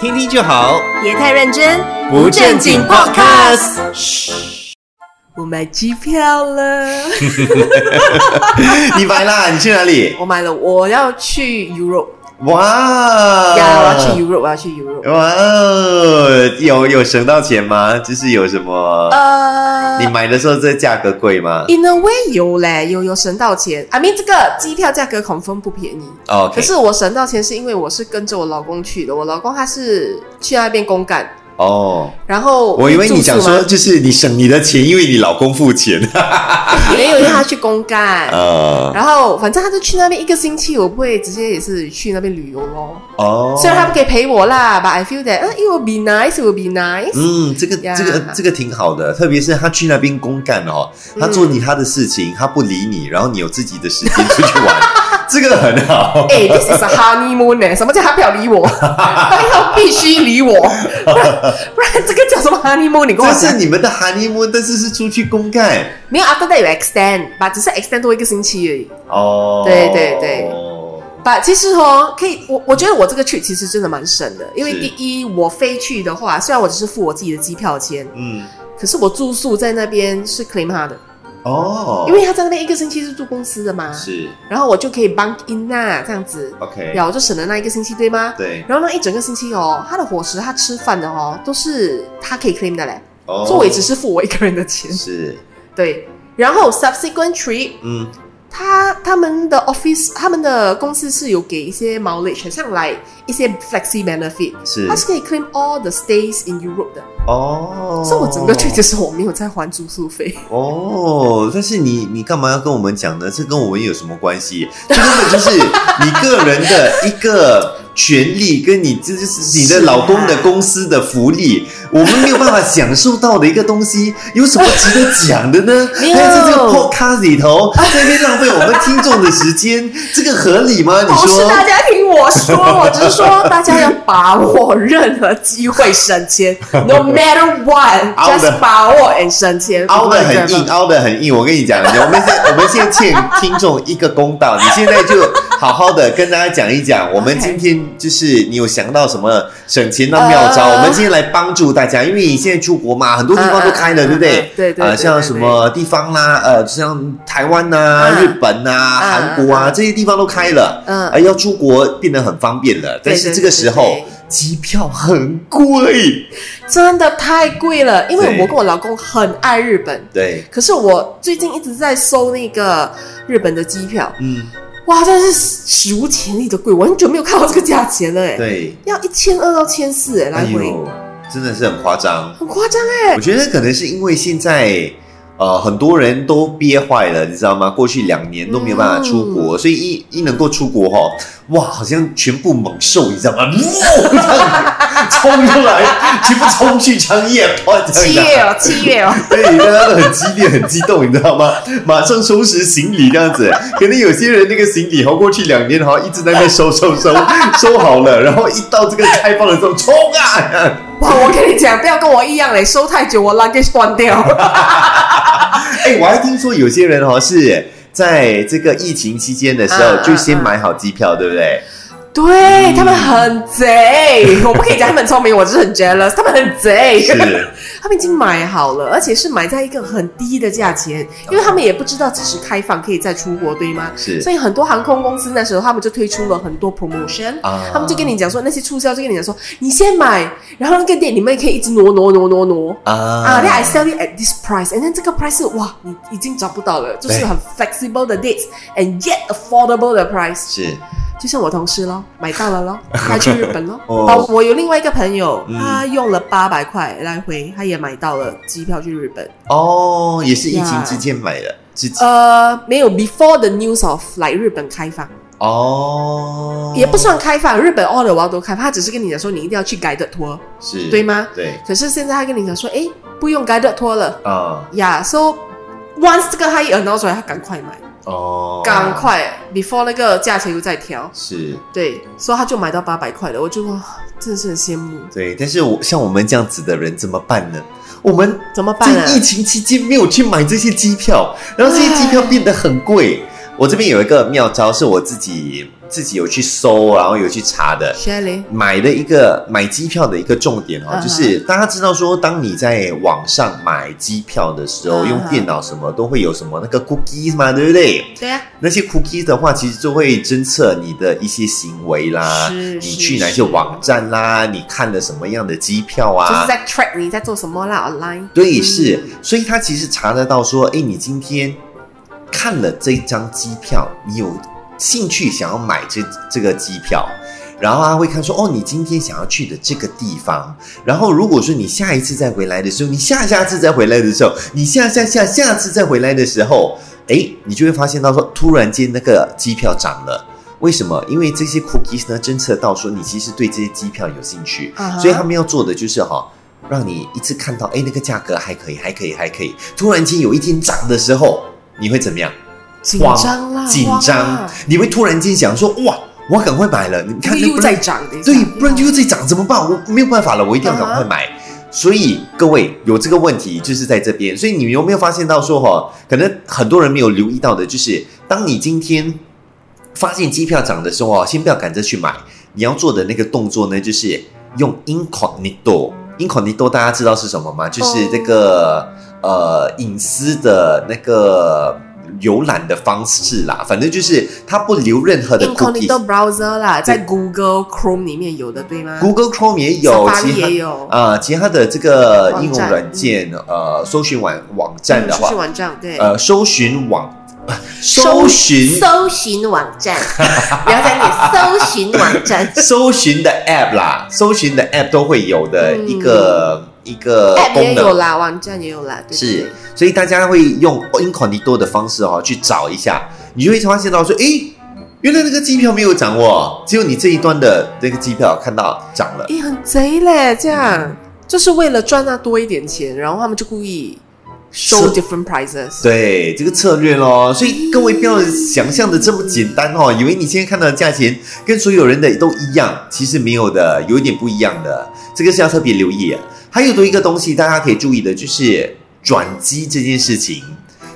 听听就好，别太认真，不正经 Podcast。我买机票了， 你白啦，你去哪里？我买了，我要去 Europe，哇，呀，我要去 Europe，我要去 Europe。哇哦，有有省到钱吗？就是有什么？呃你买的时候这价格贵吗，In a way 有嘞，有有省到钱。I mean 这个机票价格恐分不便宜，可哦？OK，是我省到钱是因为我是跟着我老公去的，我老公他是去那边公干，哦，然后我以为你想住宿说啊嘛就是你省你的钱，因为你老公付 钱。没有，因为他去公干。 呃，然后反正他就去那边一个星期，我不会直接也是去那边旅游咯。哦，虽然他不可以陪我啦，but I feel that 啊、it will be nice, it will be nice、嗯，这个呀这个这个挺好的，特别是他去那边公干哦，嗯他做你他的事情，他不理你，然后你有自己的时间出去 玩，这个很好。哎、t h i s is a honeymoon 呢、什么叫他不要理我？他要必须理我，不然不然这个叫什么 honeymoon？你跟我这讲是，你们的 honeymoon，但是是出去公干没有 after that 有 extend，把只是 extend 多一个星期而已。哦。对对对把其实哦，可以，我我觉得我这个去其实真的蛮省的，因为是第一我飞去的话，虽然我只是付我自己的机票钱，嗯，可是我住宿在那边是 claim 他的，哦，因为他在那边一个星期是住公司的嘛，是然后我就可以 bank in 啊，这样子， OK，呀，我就省了那一个星期，对吗？对，然后那一整个星期哦，他的伙食、他吃饭的哦，都是他可以 claim 的嘞，哦，所以我也只是付我一个人的 钱。是对，然后 subsequent trip，嗯他他们的 office，他们的公司是有给一些 mileage，很像来一些 flexi benefit，是它是可以 claim all the stays in Europe 的。哦，所以我整个去其实我没有在还住宿费。哦，但是你你干嘛要跟我们讲呢？这跟我们有什么关系？这根本就是你个人的一个权利，跟你这就是你的是啊老公的公司的福利，我们没有办法享受到的一个东西，有什么值得讲的呢？还没有有在这个 podcast 里头，在那边浪费我们听众的时间，这个合理吗？你不哦是说？大家听我说，我只是 说大家要把握任何机会省 钱，no matter 凹的 what，just 把握 and 省钱。凹的很不会啊硬， 这样。凹的很硬。我跟你讲，我们现 我们现在欠听众一个公道，你现在就好好的跟大家讲一讲，我们 OK 今天就是你有想到什么省钱的妙招，呃我们今天来帮助大家，因为你现在出国嘛，很多地方都开了，对嗯嗯不嗯对嗯？对对啊，对像对什么地方啦，呃，像台湾呐、嗯日本呐、嗯韩国啊嗯这些地方都开了，嗯啊，要出国变得很方便了，但对是对这个对时候对机票很贵，真的太贵了，因为对我跟我老公很爱日本，对，可是我最近一直在搜那个日本的机票，嗯，哇，真的是史无前例的贵，我很久没有看到这个价钱了哎，对。要一千二到千四哎来哎回，呦，真的是很夸张。很夸张哎，我觉得可能是因为现在。呃，很多人都憋坏了，你知道吗？过去两年都没有办法出嗯国，所以一一能够出国哈、哇，好像全部猛兽，你知 道吗？嗯这样子冲出来，全部冲去枪叶，哇，这样七子啊月哦，七月哦，对，大家都很激烈、很激动，你知道吗？马上收拾行李这样子。可能有些人那个行李哈，过去两年哈一直在那边收收收收好了，然后一到这个开放的时候，冲啊！哇，我跟你讲，不要跟我一样嘞，收太久我 luggage 断掉。 哎、我还听说有些人哦是在这个疫情期间的时候嗯就先买好机票，对不对？ 对他们很贼，嗯 我不可以讲他们很聪明，我只是很 jealous，他们很贼。是， 他们已经买好了，而且是买在一个很低的价钱，因为他们也不知道几时开放可以再出国，对吗？ 是所以很多航空公司那时候他们就推出了很多 promotion，、啊他们就跟你讲说那些促销就跟你讲说你先买，然后那个店里面可以一直挪挪挪挪挪。啊啊、t h e n I sell it at this price，and then 这个 price 是哇，你已经找不到了，就是对很 flexible 的 dates and yet affordable 的 price。是就像我同事咯，买到了 咯，他去日本咯。哦哦，我有另外一个朋友，嗯他用了八百块来回，他也买到了机票去日本。哦，也是疫情之间买的，之前呃，没有 before the news of 来日本开放，哦，也不算开放，日本 all the while 都开放，他只是跟你讲说你一定要去 guided tour，是，对吗？对可是现在他跟你讲说，诶，不用 guided tour 了啊呀、s o once 这个他一 announce 出来，他赶快买，哦，赶快 before 那个价钱又再调，是。对，所以他就买到八百块了，我就哇真的是很羡慕，对，但是我像我们这样子的人怎么办呢？我们怎么办啊在？疫情期间没有去买这些机票，然后这些机票变得很贵。我这边有一个妙招，是我自己自己有去搜，然后有去查的。 Shelly，买的一个买机票的一个重点哦嗯，哼就是大家知道说，当你在网上买机票的时候，嗯哼用电脑什么都会有什么那个 cookies 嘛，对不对？对啊呀、那些 cookies 的话，其实就会侦测你的一些行为啦，是你是去哪些网站啦，你看了什么样的机票啊，就是啊？在 track 你在做什么啦，online。对，嗯是，所以他其实查得到说，哎，你今天看了这张机票，你有兴趣想要买这这个机票。然后他会看说，哦，你今天想要去的这个地方，然后如果说你下一次再回来的时候，你下下次再回来的时候，你下下下下次再回来的时候，哎，你就会发现到说，突然间那个机票涨了，为什么？因为这些 cookies 呢侦测到说你其实对这些机票有兴趣啊哈所以他们要做的就是哈、让你一次看到，哎，那个价格还可以，还可以，还可以。突然间有一天涨的时候，你会怎么样？紧慌张啦，紧慌啊张啦，你会突然间想说，哇，我赶快买了。你看，又不在然涨的，对，不嗯然就又在涨，怎么办？我没有办法了，我一定要赶啊快哈买。所以各位有这个问题就是在这边，所以你有没有发现到说哈，可能很多人没有留意到的，就是当你今天发现机票涨的时候啊，先不要赶着去买，你要做的那个动作呢，就是用 incognito。incognito 大家知道是什么吗？就是这个、呃隐私的那个浏览的方式啦，反正就是它不留任何的 cookies。 Incognito browser 啦，在 Google Chrome 里面有的，对吗 Google Chrome 也有， Safari 其他也有啊，其他的这个应网用站软件，呃，搜寻网网站的嗯话是，网站对。呃，搜寻网， 搜寻搜寻网 站，不要再念搜寻网站搜寻的 App 啦，搜寻的 App 都会有的嗯一个一个 App 呃功也有能。啦，网站也有啦，对对是对，所以大家会用 incognito 的方式哦去找一下，你就会发现到说，诶，原来那个机票没有涨哦，只有你这一端的这个机票看到涨了。诶，哎很贼嘞，嗯这样就是为了赚那多一点钱，然后他们就故意收是 different prices。对这个策略咯，所以各位不要想象的这么简单哦，以为你现在看到的价钱跟所有人的都一样，其实没有的，有一点不一样的，这个是要特别留意的。还有多一个东西大家可以注意的，就是转机这件事情。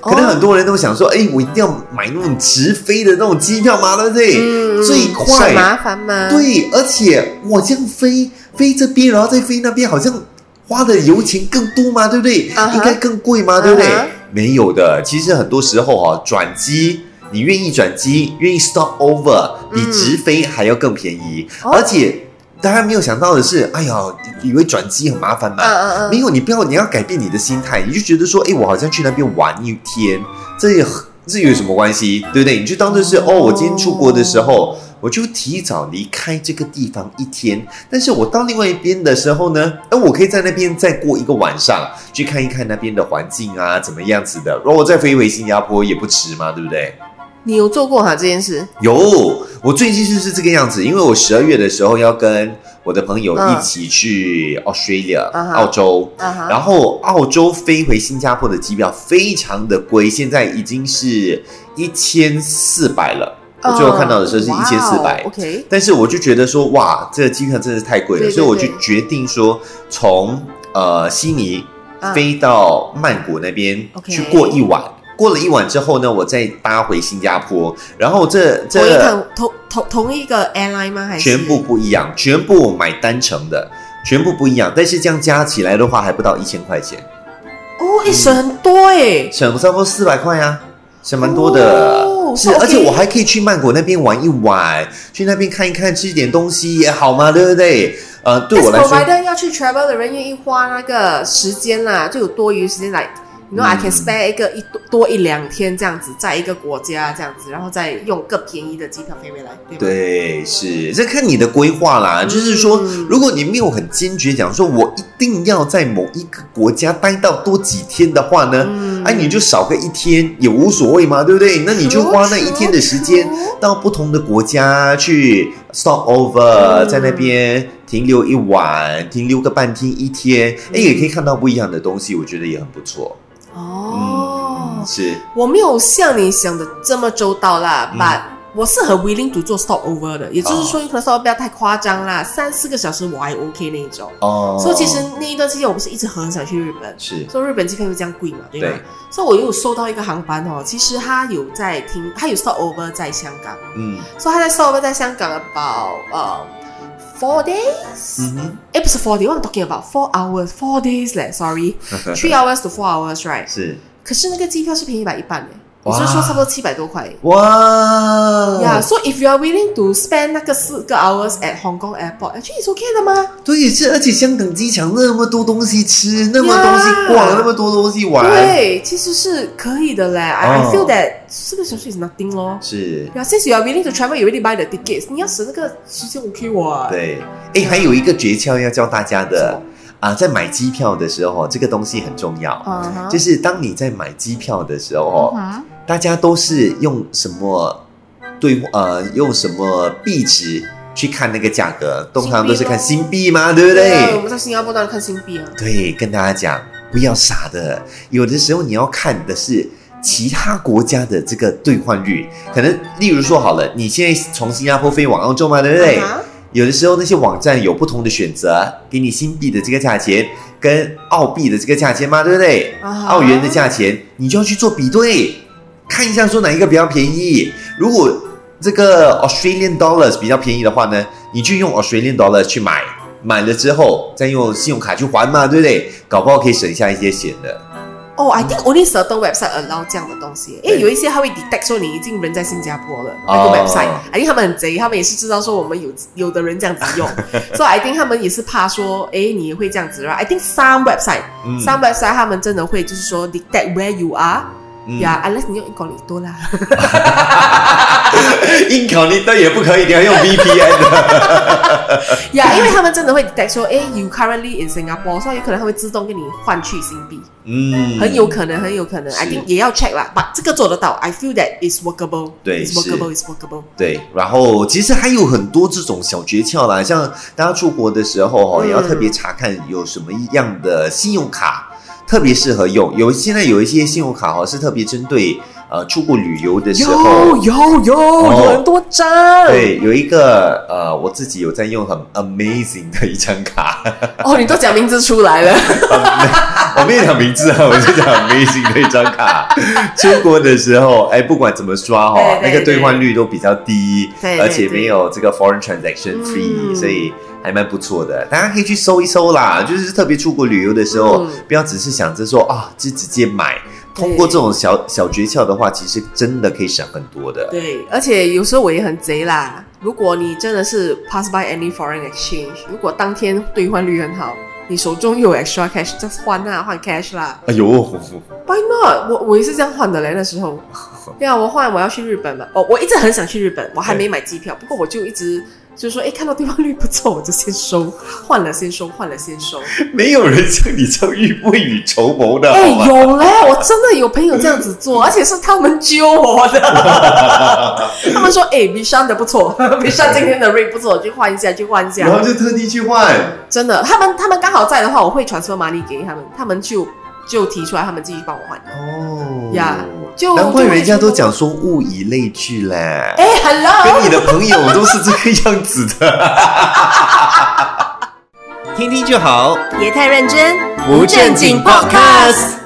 可能哦很多人都想说，哎、我一定要买那种直飞的那种机票嘛，对不对？嗯最快省麻烦嘛，，对，而且我这样飞飞这边，然后再飞那边，好像花的油钱更多嘛，对不对啊哈应该更贵嘛，对不对啊哈没有的，其实很多时候哈、转机。你愿意转机，愿意 stop over，比嗯直飞还要更便宜。哦而且大家没有想到的是，哎呀，以为转机很麻烦嘛，嗯嗯没嗯，有，你不要，你要改变你的心态，你就觉得说，哎，我好像去那边玩一天，这也很这有什么关系，对不对？你就当做是，哦，我今天出国的时候，我就提早离开这个地方一天，但是我到另外一边的时候呢，哎，我可以在那边再过一个晚上，去看一看那边的环境啊，怎么样子的，然后我再飞回新加坡也不迟嘛，对不对？你有做过哈这件事？有，我最近就是这个样子，因为我十二月的时候要跟我的朋友一起去 Australia、嗯哼澳洲。啊哈，然后澳洲飞回新加坡的机票非常的贵，现在已经是一千四百了。我哦最后看到的时候是一千四百， ，OK，但是我就觉得说，哇，这个机票真的是太贵了，对对所以我对就决定说从呃悉尼啊飞到曼谷那边、 OK 去过一晚。过了一晚之后呢，我再搭回新加坡，然后这同一这趟同同同一个 airline 吗？还是全部不一样，全部我买单程的，全部不一样。但是这样加起来的话，还不到一千块钱。哦，一省很多哎，省差不多四百块呀，省蛮多的。哦是， OK 而且我还可以去曼谷那边玩一玩，去那边看一看，吃一点东西也好嘛，对不对？呃，对我来说， provider 要去 travel 的人愿意花那个时间啦，就有多余时间来。你 know I can 嗯 spare 一个一多多一两天这样子，在一个国家这样子，然后再用更便宜的机票飞回来，对吗？对，是这看你的规划啦。就是说嗯，如果你没有很坚决讲说，我一定要在某一个国家待到多几天的话呢，嗯哎、你就少个一天也无所谓嘛，对不对？那你就花那一天的时间 True，true 到不同的国家去 stop over，、嗯在那边停留一晚，停留个半天一天，哎、嗯也可以看到不一样的东西，我觉得也很不错。哦嗯，，是我没有像你想的这么周到啦，嗯把我是很 willing to 做 stop over 的，也就是说，你可能 stop over 不要太夸张啦，三四个小时我还 OK 那一种。嗯哦，所以其实那一段期间，我不是一直很想去日本，是所以日本机票会这样贵嘛，对吗对？所以我有收到一个航班哦，其实他有在听，他有 stop over 在香港，嗯所以他在 stop over 在香港 about 呃 four days，嗯哼，哎、不是 four day，我 talking about four hours，four days 嘞，sorry，three hours to four hours，right？ 是可是那个机票是便宜百一半嘞，也哇哦就是说差不多七百多块。哇， Yeah, so if you are willing to spend 那个四个 hours at Hong Kong airport, actually it's okay 的吗？对，是而且香港机场那么多东西吃，那么呀多东西逛，那么多东西玩，对，其实是可以的嘞。I、哦 I feel that 四个小时 is nothing 咯。是， Yeah, since you are willing to travel, you already buy the tickets. 你要省那个时间 OK 哇？对，哎，还有一个诀窍要教大家什的么啊，在买机票的时候，这个东西很重要。啊哈，就是是当你在买机票的时候哦，啊大家都是用什么对呃用什么币值去看那个价格，通常都是看新新币嘛，对不啊，我对？们在新加坡当然看新币啊。对，跟大家讲，不要傻的，有的时候你要看的是。其他国家的这个兑换率，可能例如说好了，你现在从新加坡飞往澳洲嘛，对不对啊哈有的时候那些网站有不同的选择，给你新币的这个价钱跟澳币的这个价钱嘛，对不对？啊哈澳元的价钱，你就要去做比对，看一下说哪一个比较便宜。如果这个 Australian dollars 比较便宜的话呢，你就用 Australian dollars 去买，买了之后再用信用卡去还嘛，对不对？搞不好可以省下一些钱的。哦、i think only certain website allow 这样的东西，因为对有一些他会 detect 说你已经人在新加坡了，那哦个 website，、I think 他们很贼，他们也是知道说我们有有的人这样子 用，所以 I think 他们也是怕说，诶，你会这样子 right？I think some website、嗯 some website 他们真的会就是说 detect where you are，嗯呀、yeah,，unless 你用 incognito 啦，硬考你那也不可以，你要用 VPN 的。呀、yeah,，因为他们真的会 detect 说，诶 y o u currently in Singapore，所以有可能他会自动跟你换去新币，嗯，很有可能，很有可能是，I think 也要 check 啦，把这个做得到，I feel that is workable，对，is 是 workable，is workable。对，然后其实还有很多这种小诀窍啦，像大家出国的时候哦，嗯也要特别查看有什么样的信用卡特别适合用。有现在有一些信用卡哦是特别针对呃出国旅游的时有候，有有、有很多张，对，有一个呃我自己有在用很 amazing 的一张卡， 哦，你都讲名字出来了，我没有讲名 字啊，我就讲 amazing 的一张卡。出国的时候，哎，不管怎么刷哈、对对那个兑换率都比较低， 对对而且没有这个 foreign transaction 嗯 fee，、所以还蛮不错的。大家可以去搜一搜啦，就是特别出国旅游的时候，嗯不要只是想着说啊，就直接买。对通过这种小小诀窍的话，其实真的可以省很多的。对，而且有时候我也很贼啦。如果你真的是 pass by any foreign exchange，如果当天兑换率很好，你手中又有 extra cash，再换啊，换 cash 啦。哎呦， Why not？我我也是这样换的嘞，那时候。对啊，我换我要去日本嘛。哦，我一直很想去日本，我还没买机票，不过我就一直就是说，哎，看到兑换率不错，我就先 收，换了先收，换了先收。没有人像你这样未未雨绸缪的，哎、好吗？有嘞，我真的有朋友这样子做，而且是他们揪我 的。他们说：“哎、米商的不错， 米商今天的 rate 不错，去换一下，去换一下然。后就特地去换，”真的，他们他们刚好在的话，我会 transfer money 给他们，他们就就提出来，他们自己帮我换。哦呀就难怪人家都讲说物以类聚嘞，哎、h e l l o 跟你的朋友都是这个样子 的，听听就好，别太认真，不正经 podcast。